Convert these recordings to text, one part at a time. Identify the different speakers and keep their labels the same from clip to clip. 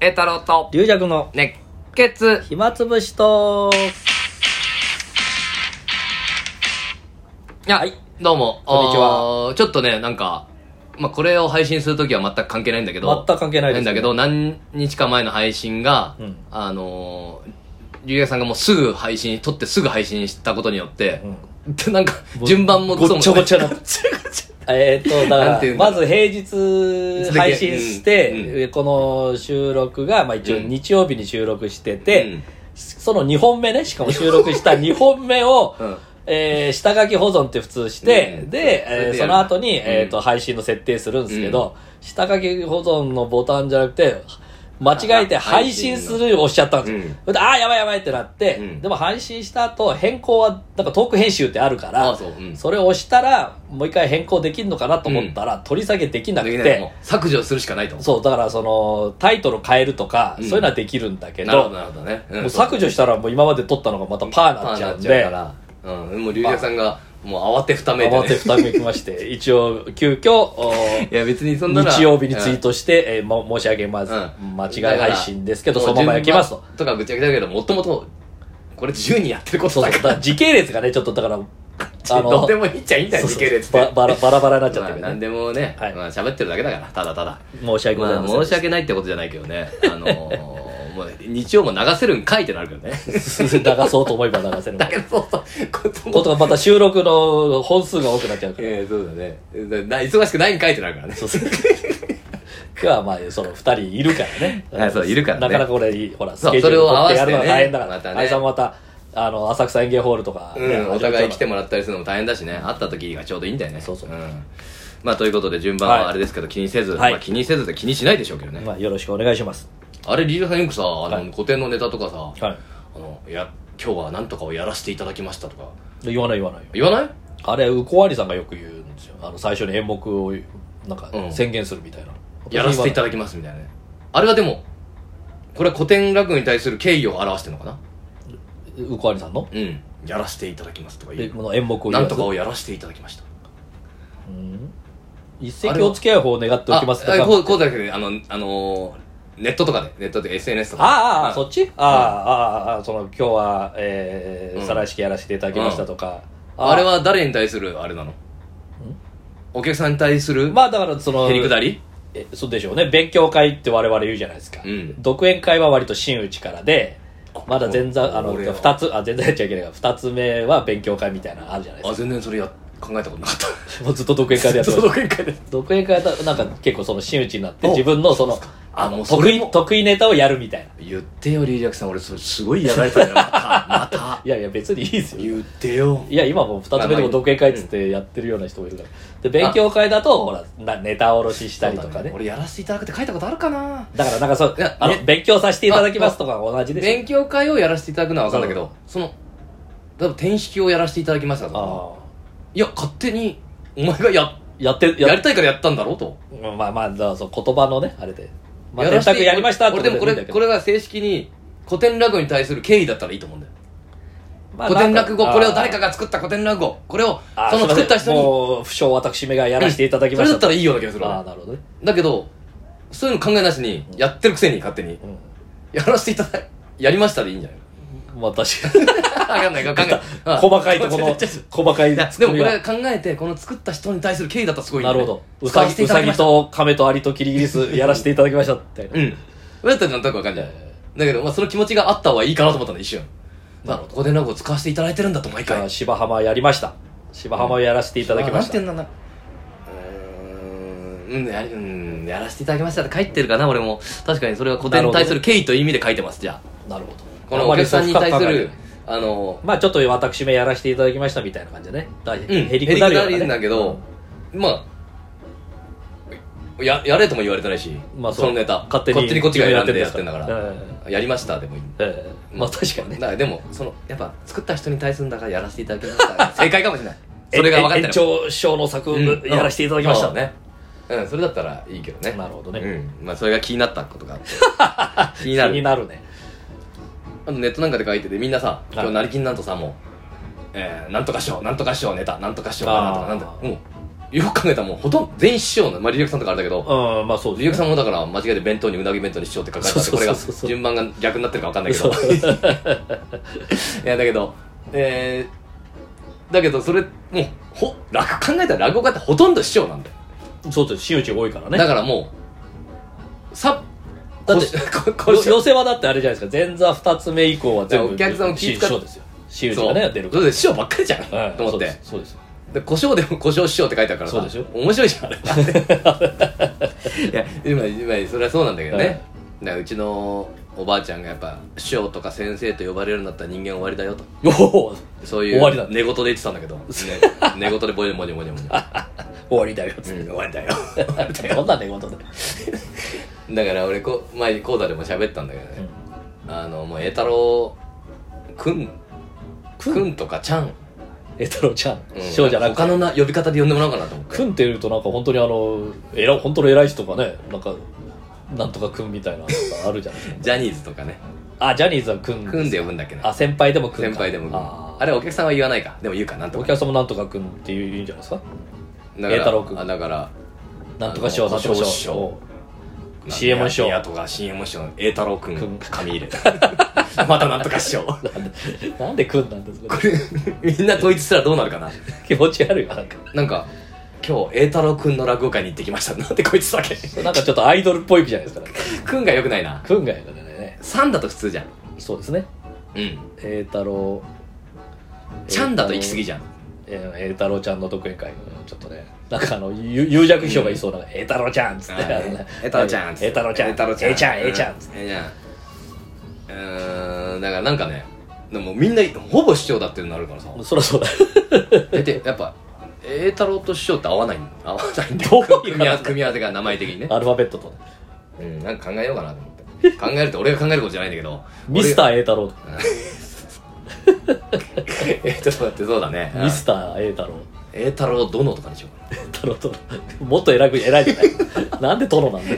Speaker 1: 栄太郎と
Speaker 2: 龍尺の
Speaker 1: 熱血
Speaker 2: 暇つぶしと、
Speaker 1: いや、
Speaker 2: はい
Speaker 1: どうも
Speaker 2: こんにち
Speaker 1: はちょっとねなんか、まあ、これを配信するときは全く関係ないんだけど
Speaker 2: 全く関係ないですね
Speaker 1: んだけど何日か前の配信が、
Speaker 2: うん
Speaker 1: あのー龍也さんがもうすぐ配信撮ってすぐ配信したことによって、で なんか
Speaker 2: ぼ
Speaker 1: 順番も
Speaker 2: ごっちゃごちゃにな って
Speaker 1: ごちゃごちゃ
Speaker 2: えっ、と、だ
Speaker 1: なん
Speaker 2: か
Speaker 1: てい
Speaker 2: ら、
Speaker 1: うんだ
Speaker 2: まず平日配信して、
Speaker 1: うん
Speaker 2: えこの収録が、まあ一応
Speaker 1: うん
Speaker 2: 日曜日に収録して
Speaker 1: う
Speaker 2: て、
Speaker 1: ん
Speaker 2: その2本目ね、しかも収録した2本目を、
Speaker 1: うん
Speaker 2: えー下書き保存って普通して、
Speaker 1: うん
Speaker 2: で、
Speaker 1: それでや
Speaker 2: え
Speaker 1: る
Speaker 2: ーその後に、
Speaker 1: うん
Speaker 2: えっ、と、配信の設定するんですけど、下書き保存のボタンじゃなくて、間違えて
Speaker 1: あ
Speaker 2: 配信するを押しちゃったんですよ。
Speaker 1: うん
Speaker 2: それでああ、やばいやばいってなって、
Speaker 1: うん
Speaker 2: でも配信した後、変更は、なんかトーク編集ってあるから、
Speaker 1: あそううん
Speaker 2: それを押したら、もう一回変更できるのかなと思ったら、取り下げできなく
Speaker 1: でき
Speaker 2: て、
Speaker 1: ないもう削除するしかないと
Speaker 2: そう、だからその、タイトル変えるとか、
Speaker 1: うん
Speaker 2: そういうのはできるんだけ
Speaker 1: なるほ
Speaker 2: ど、
Speaker 1: どなるほどね、
Speaker 2: もう削除したらもう今まで取ったのがまたパーになっちゃうんで、
Speaker 1: ら、うん、もう龍也さんがもう慌てふためいて、ね、
Speaker 2: 慌てふためき まして、一応、急遽、お
Speaker 1: いや別にそんなら
Speaker 2: 日曜日にツイートして、えーも申し上げます。
Speaker 1: うん
Speaker 2: 間違い配信ですけど、
Speaker 1: だ
Speaker 2: そ
Speaker 1: から
Speaker 2: のまま行きますと
Speaker 1: も。う順番とかぐちゃぐちゃだけどもともとこれ自由にやってること
Speaker 2: そうそ
Speaker 1: だ
Speaker 2: う。
Speaker 1: から
Speaker 2: だから時系列がね、ちょっと だから、あ
Speaker 1: どうでもいいっちゃいいんだよ
Speaker 2: そう
Speaker 1: 時
Speaker 2: そう
Speaker 1: 系列って
Speaker 2: ばばらバラバラになっちゃっ
Speaker 1: ま
Speaker 2: て
Speaker 1: あ
Speaker 2: る
Speaker 1: 何
Speaker 2: ね。
Speaker 1: でもね、
Speaker 2: はい
Speaker 1: まあ喋ってるだけだからただただ
Speaker 2: 申し訳ござい
Speaker 1: ま
Speaker 2: ま
Speaker 1: あ
Speaker 2: せん。
Speaker 1: 申し訳ないってことじゃないけどねあのー もう日曜も流せるんかいってなるけど ね
Speaker 2: 流そうと思えば流せ る。
Speaker 1: だけどそうそうこと
Speaker 2: こ
Speaker 1: も
Speaker 2: とがまた収録の本数が多くなっちゃうから。
Speaker 1: ええそうだねな忙しくないんかいってなるからね
Speaker 2: そうそう今日はまあ、その二人いるからね。
Speaker 1: あそういるからね
Speaker 2: なかなかこれ、ほら、ス
Speaker 1: そう
Speaker 2: ケジュール
Speaker 1: それを合
Speaker 2: 取っ
Speaker 1: わせ
Speaker 2: て
Speaker 1: てね
Speaker 2: やるのが大変だから。
Speaker 1: またね
Speaker 2: あいさんもまた、あの、浅草園芸ホールとかね、
Speaker 1: うん、お互い来て
Speaker 2: も。
Speaker 1: もらったりするのも大変だしね会った時がちょうどいいんだよね
Speaker 2: そうそうん
Speaker 1: まあということで順番
Speaker 2: はい
Speaker 1: はあれですけど、気にせず、
Speaker 2: はい
Speaker 1: まあ、気にせずで気にしないでしょうけどね、
Speaker 2: まあ、よろしくお願いします。
Speaker 1: あれリーダーさんよくさあの、
Speaker 2: はい
Speaker 1: 古典のネタとかさ、
Speaker 2: はい。
Speaker 1: あのいや今日はなんとかをやらせていただきましたとか
Speaker 2: 言わない言わないよ。
Speaker 1: 言わない
Speaker 2: あれ、ウコアリさんがよく言うんですよ。あの、最初に演目を、なんか
Speaker 1: う、ん
Speaker 2: 宣言するみたいな。
Speaker 1: やらせていた
Speaker 2: だ
Speaker 1: だきますみたいなねあれはでもこれは古典落語に対する敬意を表してるのかな
Speaker 2: ウコアリさんの
Speaker 1: うんやらせていただきますとか
Speaker 2: で
Speaker 1: 言う
Speaker 2: この演目を言
Speaker 1: な
Speaker 2: わず
Speaker 1: んとかをやらせていただきました
Speaker 2: うん一石を付け合う方を願っておきますとか。
Speaker 1: ああこ
Speaker 2: あ
Speaker 1: うこうだけどあのあのネットとかでネットで SNS とか
Speaker 2: あああ、
Speaker 1: うん
Speaker 2: そっちああ、ああ、その、今日は、え
Speaker 1: う
Speaker 2: ー、
Speaker 1: ん
Speaker 2: 再来式やらせていただきましたとか。
Speaker 1: あれは誰に対するあれなのお客さんに対する
Speaker 2: まあだからその、
Speaker 1: へりくだり
Speaker 2: えそうでしょうね。勉強会って我々言うじゃないですか。
Speaker 1: うん
Speaker 2: 独演会は割と真打ちからで、まだ前座、あの、
Speaker 1: 俺は
Speaker 2: 二つ、あ、前座やっちゃいけないから、二つ目は勉強会みたいなのあるじゃないで
Speaker 1: あ
Speaker 2: す
Speaker 1: 全然それや考えたことなかっ
Speaker 2: か。もうずっと独演会でや
Speaker 1: た
Speaker 2: ってま
Speaker 1: そ
Speaker 2: し
Speaker 1: の
Speaker 2: た。
Speaker 1: 見解で
Speaker 2: 独演会だとなんか結構その真打ちになって、
Speaker 1: お
Speaker 2: 自分のその、
Speaker 1: あもうそ
Speaker 2: 得
Speaker 1: れ
Speaker 2: 意
Speaker 1: も、
Speaker 2: 得意ネタをやるみたいな。
Speaker 1: 言ってよリージャクさん俺それすごいやられた よまたまた
Speaker 2: いやいや、別にいいですよ。
Speaker 1: 言ってよ
Speaker 2: いや、今もう二つ目でも独演会っつってやってるような人もいるから。で、勉強会だと、ほら、なネタおろししたりと
Speaker 1: そ
Speaker 2: か
Speaker 1: うだ
Speaker 2: ね。
Speaker 1: 俺やらせていただくって書いたことあるかな
Speaker 2: だからなんかそう
Speaker 1: いや、
Speaker 2: あの
Speaker 1: ね、
Speaker 2: 勉強させていただきますとか同じでしょ。
Speaker 1: 勉強会をやらせていただくのは分かるんだけどその例えば転式をやらせていただきましたとか
Speaker 2: ああ。
Speaker 1: いや勝手にお前がや
Speaker 2: やって、
Speaker 1: や
Speaker 2: や
Speaker 1: りたいからやったんだろうと
Speaker 2: まあまあ、だからそう言葉のね、あれで。まあ、
Speaker 1: や
Speaker 2: 電
Speaker 1: らせ
Speaker 2: 卓
Speaker 1: て
Speaker 2: やりましたって
Speaker 1: 俺でもこれ
Speaker 2: いいんだけど
Speaker 1: これが正式に古典落語に対する敬意だったらいいと思うんだよ
Speaker 2: まあ
Speaker 1: 古典落語
Speaker 2: なん
Speaker 1: これを誰かが作った古典落語これを
Speaker 2: あー
Speaker 1: その
Speaker 2: すいません
Speaker 1: 作った人に
Speaker 2: もう、不詳私めがやらせていただきま
Speaker 1: それ
Speaker 2: し
Speaker 1: だった
Speaker 2: た。
Speaker 1: らいいような気がする
Speaker 2: ああ、
Speaker 1: 俺
Speaker 2: なるほどね。
Speaker 1: だけどそういうの考えなしにやってるくせに勝手に
Speaker 2: う
Speaker 1: やらせていただいやりましたでいいんじゃない
Speaker 2: ん。まあ確 かに。
Speaker 1: わかんないわかん ないうん
Speaker 2: 細かいとこ
Speaker 1: 違う違
Speaker 2: の
Speaker 1: う、
Speaker 2: 細かい
Speaker 1: いや
Speaker 2: 作
Speaker 1: でも
Speaker 2: り
Speaker 1: こ
Speaker 2: が
Speaker 1: れ考えてこの作った人に対する敬意だったらすごいよ
Speaker 2: な
Speaker 1: ね
Speaker 2: るほど。う
Speaker 1: 使
Speaker 2: さ
Speaker 1: わせて
Speaker 2: ぎ、
Speaker 1: いうただ
Speaker 2: さ
Speaker 1: き
Speaker 2: ぎ
Speaker 1: ました
Speaker 2: と亀とアリとキリギリスやらせていただきました、みたいな。
Speaker 1: うんそれだったらなんとなくわかんじゃないだけど、まあ、その気持ちがあった方がいいかなと思ったの一瞬まあここでなんか使わせていただいてるんだと毎
Speaker 2: じゃあ
Speaker 1: 回
Speaker 2: 芝浜やりました。芝浜をやらせていただきました。
Speaker 1: あなんて言うんだなうーんうんやりうんやらせていただきましたって書いてるかな俺も確かにそれは古典に対する敬意という意味で書いてますじゃあ
Speaker 2: なるほど。
Speaker 1: このお客さんに対す
Speaker 2: あまりそう深く考え
Speaker 1: る
Speaker 2: ない
Speaker 1: あの
Speaker 2: まあちょっと私めやらせていただきましたみたいな感じでね。だから
Speaker 1: うん
Speaker 2: へ
Speaker 1: へり
Speaker 2: りく
Speaker 1: く
Speaker 2: だ
Speaker 1: だ
Speaker 2: る
Speaker 1: り
Speaker 2: よ
Speaker 1: な
Speaker 2: うなね
Speaker 1: んだけど、まあややれとも言われてないし、
Speaker 2: まあ
Speaker 1: そうのネタ
Speaker 2: 勝手に
Speaker 1: こっちが選んでやっ
Speaker 2: 自
Speaker 1: てん
Speaker 2: 分
Speaker 1: だ
Speaker 2: で
Speaker 1: か
Speaker 2: や
Speaker 1: ら、
Speaker 2: ってんだから
Speaker 1: やりましたでもいい
Speaker 2: ええまあ確かにね。
Speaker 1: だからでもそのやっぱ作った人に対するんだからやらせていただきました 正解かもしれない
Speaker 2: え
Speaker 1: それが分かって
Speaker 2: 延
Speaker 1: ない
Speaker 2: 長小の作文やらせていただきました、
Speaker 1: うんそうねうんそれだったらいいけどね
Speaker 2: なるほどね
Speaker 1: うんまあ、それが気になったことがあって 気に
Speaker 2: 気
Speaker 1: なる
Speaker 2: になるね
Speaker 1: あとネットなんかで書いててみんなさ今日成金なんとさもう、えー、なんとか賞なんとか賞ネタなんとか賞
Speaker 2: あー
Speaker 1: なんとかなんとかもうよく考えたらもうほとんど全員師匠なのまあ龍角さんとかあれだけど
Speaker 2: うん、まあそう
Speaker 1: 龍
Speaker 2: です
Speaker 1: 角さんもだから間違えて弁当にうなぎ弁当に師匠って書かれてた
Speaker 2: そう
Speaker 1: これ
Speaker 2: そう
Speaker 1: が
Speaker 2: そうそう
Speaker 1: 順番が逆になってるか分かんないけどい
Speaker 2: そう
Speaker 1: やだけどえー、だけどそれもうほ落考えたら落語家ってほとんど師匠なんだよ
Speaker 2: そう です。真打ちが多いからね。
Speaker 1: だからもうさ
Speaker 2: だって
Speaker 1: こここ
Speaker 2: よ寄せはだってあれじゃないですか。前座二つ目以降は全部。
Speaker 1: お客さんを気遣って
Speaker 2: 師匠ですよ。真打ち
Speaker 1: そう
Speaker 2: がね、出るか
Speaker 1: そうです師匠ばっかりじゃん、
Speaker 2: ら。はい
Speaker 1: と思っ
Speaker 2: そうで
Speaker 1: て
Speaker 2: すそうです。
Speaker 1: で胡椒でも胡椒師匠って書いてあるからさ
Speaker 2: そうでしょ
Speaker 1: 面白いじ ゃんあれいや今今それはそうなんだけどね、
Speaker 2: はい
Speaker 1: だからうちのおばあちゃんがやっぱ師匠とか先生と呼ばれるようになったら人間終わりだよと
Speaker 2: おお
Speaker 1: そういう
Speaker 2: 終わりだ
Speaker 1: 寝言で言ってたんだけ ど、ね寝言でボニョボニョボニョボニョ
Speaker 2: 終わりだよ。
Speaker 1: うん終わ りだよ
Speaker 2: そんな寝言 で。
Speaker 1: だから俺こ前コーダでも喋ったんだけどね、あのもう栄太郎くんくんとかちゃん、
Speaker 2: え太郎ちゃん
Speaker 1: う。ん
Speaker 2: 師匠じゃなくて
Speaker 1: 他。のな呼び方で呼んでもらおうかなと思って
Speaker 2: くんって言うとなんか本当にあの、えら本当の偉い人とかね、なんか、なんとかくんみたいなの があるじゃないですか。
Speaker 1: ジャニーズとかね
Speaker 2: あ、ジャニーズはくん。
Speaker 1: くんで呼ぶんだっけな
Speaker 2: あ、先輩でもくんか。
Speaker 1: 先輩でも
Speaker 2: あ
Speaker 1: あ
Speaker 2: ー
Speaker 1: れお客さんは言わないかでも言うかなんと
Speaker 2: お
Speaker 1: か
Speaker 2: 客さんもなんとかくんって言うんじゃないですか。
Speaker 1: だから
Speaker 2: 栄太郎君
Speaker 1: あだから
Speaker 2: なんとか師匠、
Speaker 1: あの
Speaker 2: なんとか師
Speaker 1: 師匠
Speaker 2: 匠。CM 師匠。
Speaker 1: 宮とか CM 師匠の栄太郎君
Speaker 2: 君
Speaker 1: 髪 入れまたなんとか師匠こ
Speaker 2: なんでくんなんですか
Speaker 1: れみんな統一したらどうなるかな
Speaker 2: 気持ち悪いわ。なんか
Speaker 1: なんか今日栄太郎君の落語会に行ってきましたなんてこいつだけ
Speaker 2: なんかちょっとアイドルっぽいじゃないですか。
Speaker 1: 君がよくないな
Speaker 2: くんがやからね。
Speaker 1: 3だと普通じゃん
Speaker 2: そうですね。
Speaker 1: うん
Speaker 2: 栄太郎。
Speaker 1: ちゃんだと行き過ぎじゃん
Speaker 2: えー栄太郎ちゃんの独演会ちょっとねなんかあのゆ有弱師匠がいそうな「栄太郎ちゃん」っつってあのね
Speaker 1: えたろちゃん
Speaker 2: 栄太郎ちゃん
Speaker 1: えたろちゃん
Speaker 2: えちゃんえちゃんっつって
Speaker 1: えちゃんうーんだからなんかねでもみんなほぼ師匠だってなるからさ
Speaker 2: そろそろ
Speaker 1: ででやっぱ栄太郎と師匠って合わないん合わないんだ
Speaker 2: どういうこと
Speaker 1: 組み合わせ組み合わせが名前的にね
Speaker 2: アルファベットと
Speaker 1: うんなんか考えようかなと思って考えるって俺が考えることじゃないんだけど
Speaker 2: ミスタ
Speaker 1: ー
Speaker 2: ー栄太郎と
Speaker 1: えちょっと待ってそうだね
Speaker 2: ミスター栄太郎
Speaker 1: 栄太郎殿とかにしよう
Speaker 2: 栄太郎ともっと偉く偉いじゃないなんで 殿なんで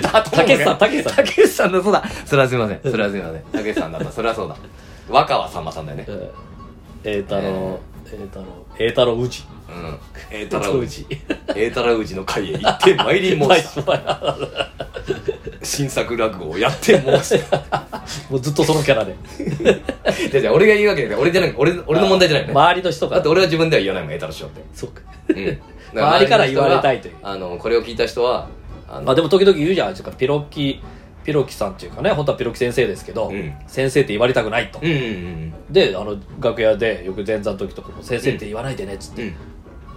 Speaker 1: かな
Speaker 2: たけしさんたけしさん
Speaker 1: たけしさんだそうだそれはすいませんそれはすいませんたけしさんだったそれはそうだ若はさんまさんだよね
Speaker 2: うん栄太郎栄太郎栄太郎氏
Speaker 1: うん栄太郎氏栄太郎氏の会へ行ってまいり 申した新作落語をやって申した
Speaker 2: もうずっとそのキャラで
Speaker 1: じゃじゃ俺が言うわけじゃない俺じゃない俺俺の問題じゃないよね
Speaker 2: 周りの人
Speaker 1: だ
Speaker 2: か
Speaker 1: って俺は自分では言わないもん栄太郎師匠っ
Speaker 2: そうか
Speaker 1: て、うん、
Speaker 2: 周りから言われたいという
Speaker 1: あのこれを聞いた人はあの
Speaker 2: あでも時々言うじゃないですかピロキピロキさんっていうかね本当はピロキ先生ですけど、
Speaker 1: うん
Speaker 2: 先生って言われたくないと、
Speaker 1: うんうんうん
Speaker 2: であの楽屋でよく前座の時とかも「先生って言わないでね」っつって、
Speaker 1: うん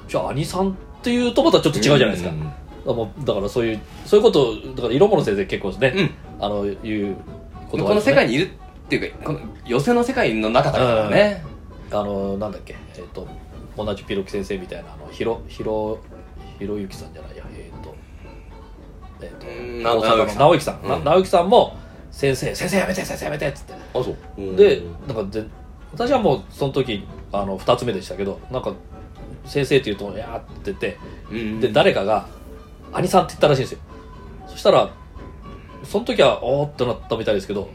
Speaker 2: じゃあ兄さんっていうとまたちょっと違うじゃないですか、
Speaker 1: うんうんうん
Speaker 2: だからもうだからそういうそういうことをだから色物先生結構ですね、あのいう
Speaker 1: こ
Speaker 2: こ
Speaker 1: との世界にいるっていうかこの寄せの世界の中だからね、
Speaker 2: あのなんだっけえっ、と同じピロキ先生みたいなあのひろひろひろゆきさんじゃないやえっ、とえっ、と
Speaker 1: うん
Speaker 2: 大阪の直
Speaker 1: 直
Speaker 2: 之
Speaker 1: 之
Speaker 2: さ
Speaker 1: さ
Speaker 2: ん
Speaker 1: ん
Speaker 2: な
Speaker 1: うん
Speaker 2: 直之さんも先生先生やめて先生やめてっつって
Speaker 1: あそう
Speaker 2: で
Speaker 1: うん
Speaker 2: なんかで私はもうその時あの2つ目でしたけどなんか先生って言うと「いや」って言って
Speaker 1: うんうん
Speaker 2: で誰かが「兄さん」って言ったらしいんですよそしたらその時は「おー」ってなったみたいですけど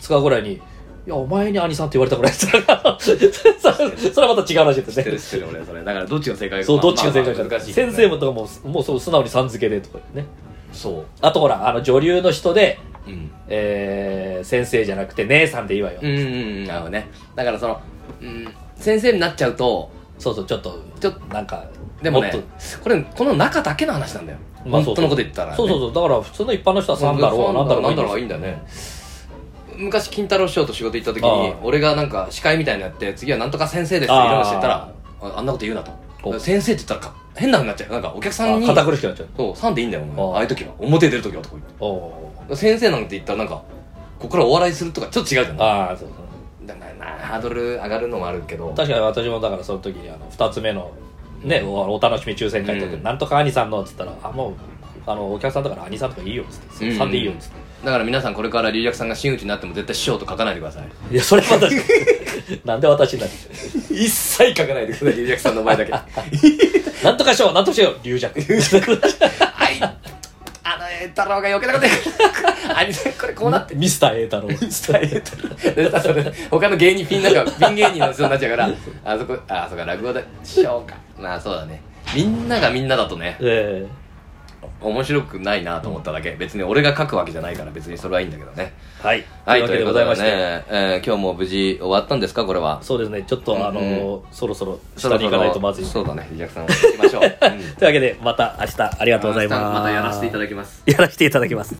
Speaker 2: 2日ぐらいに「いやお前に兄さんって言われたくない」 ってそれはまた違う話です
Speaker 1: 知ってる
Speaker 2: ね
Speaker 1: 知ってる俺それだからどっちが正解か
Speaker 2: そうどっちが正解
Speaker 1: まあまあ
Speaker 2: か
Speaker 1: 難しいけど
Speaker 2: 先
Speaker 1: ね
Speaker 2: 生もとかもうもうそう素直にさん付けでとかね
Speaker 1: そ
Speaker 2: あとほらあの女流の人で、
Speaker 1: ううん
Speaker 2: えー先生じゃなくて姉さんでいいわよ、
Speaker 1: うんうんうんなるほどねだからその、うん、先生になっちゃうと
Speaker 2: そうそうちょっと
Speaker 1: ちょっと
Speaker 2: なんか
Speaker 1: でもね
Speaker 2: っと
Speaker 1: これこの中だけの話なんだよ、
Speaker 2: まあそうそ
Speaker 1: 本
Speaker 2: う
Speaker 1: 当のこと言ったらね、
Speaker 2: そうそうそうだから普通の一般の人は3だろうなんだろう
Speaker 1: なんだろう
Speaker 2: が
Speaker 1: がいい
Speaker 2: いいん
Speaker 1: ん
Speaker 2: だ
Speaker 1: だ
Speaker 2: よ
Speaker 1: よね昔金太郎師匠と仕事行った時に
Speaker 2: ああ
Speaker 1: 俺がなんか司会みたいなのやって次はなんとか先生ですっていろんなしてたらああんなこと言うな
Speaker 2: お
Speaker 1: と先生って言ったらか変なふうになっちゃうなんかお客さん
Speaker 2: あ
Speaker 1: に
Speaker 2: 堅苦しくなっちゃう
Speaker 1: そうさんでいいんだよお前
Speaker 2: ああ
Speaker 1: ああいう時は表出る時はとか言っ
Speaker 2: おお
Speaker 1: て先生なんて言ったらなんかここからお笑いするとかちょっと違うじゃんだ
Speaker 2: ああそうそう
Speaker 1: ななハードル上がるのもあるけど
Speaker 2: 確かに私もだからその時にあの2つ目のねおお楽しみ抽選会とか、
Speaker 1: うん
Speaker 2: なんとか兄さんのっつったらあもうあのお客さんだから兄さんとかいいよっつって、
Speaker 1: うん
Speaker 2: 3でいいよっつって
Speaker 1: だから皆さんこれから龍薬さんが真打ちになっても絶対師匠と書かないでください
Speaker 2: いやそ れは確かになんで私になる
Speaker 1: 一切書かないでください龍薬さんの前 だけ
Speaker 2: なんとかしようなんとかしよう龍弱
Speaker 1: はいあの栄太郎が余計な こと言う兄さんこれこうなって
Speaker 2: ミスター栄太郎ミスター栄太郎
Speaker 1: でさそれ他の芸人ピンなんかピン芸人の人になっちゃうからあそこあそこ落語で師匠かまあそうだねみんながみんなだとね
Speaker 2: え
Speaker 1: 面白くないなと思っただけ別に俺が書くわけじゃないから別にそれはいいんだけどね
Speaker 2: えはい。
Speaker 1: はい
Speaker 2: と
Speaker 1: と
Speaker 2: い
Speaker 1: いうう
Speaker 2: わ
Speaker 1: こ
Speaker 2: けでございま
Speaker 1: と
Speaker 2: し
Speaker 1: で
Speaker 2: て。
Speaker 1: ね、えー今日も無事終わったんですかこれは
Speaker 2: そうですね、ちょっと、あのそろそろ
Speaker 1: そ
Speaker 2: 下
Speaker 1: ろ
Speaker 2: に
Speaker 1: そ
Speaker 2: 行
Speaker 1: ろ
Speaker 2: かないとまずい。
Speaker 1: そうだねリジャクさん 行きましょう、うん
Speaker 2: というわけで、また明日ありがとうございます。
Speaker 1: 明日またやらせていただきます
Speaker 2: やらせていただきます。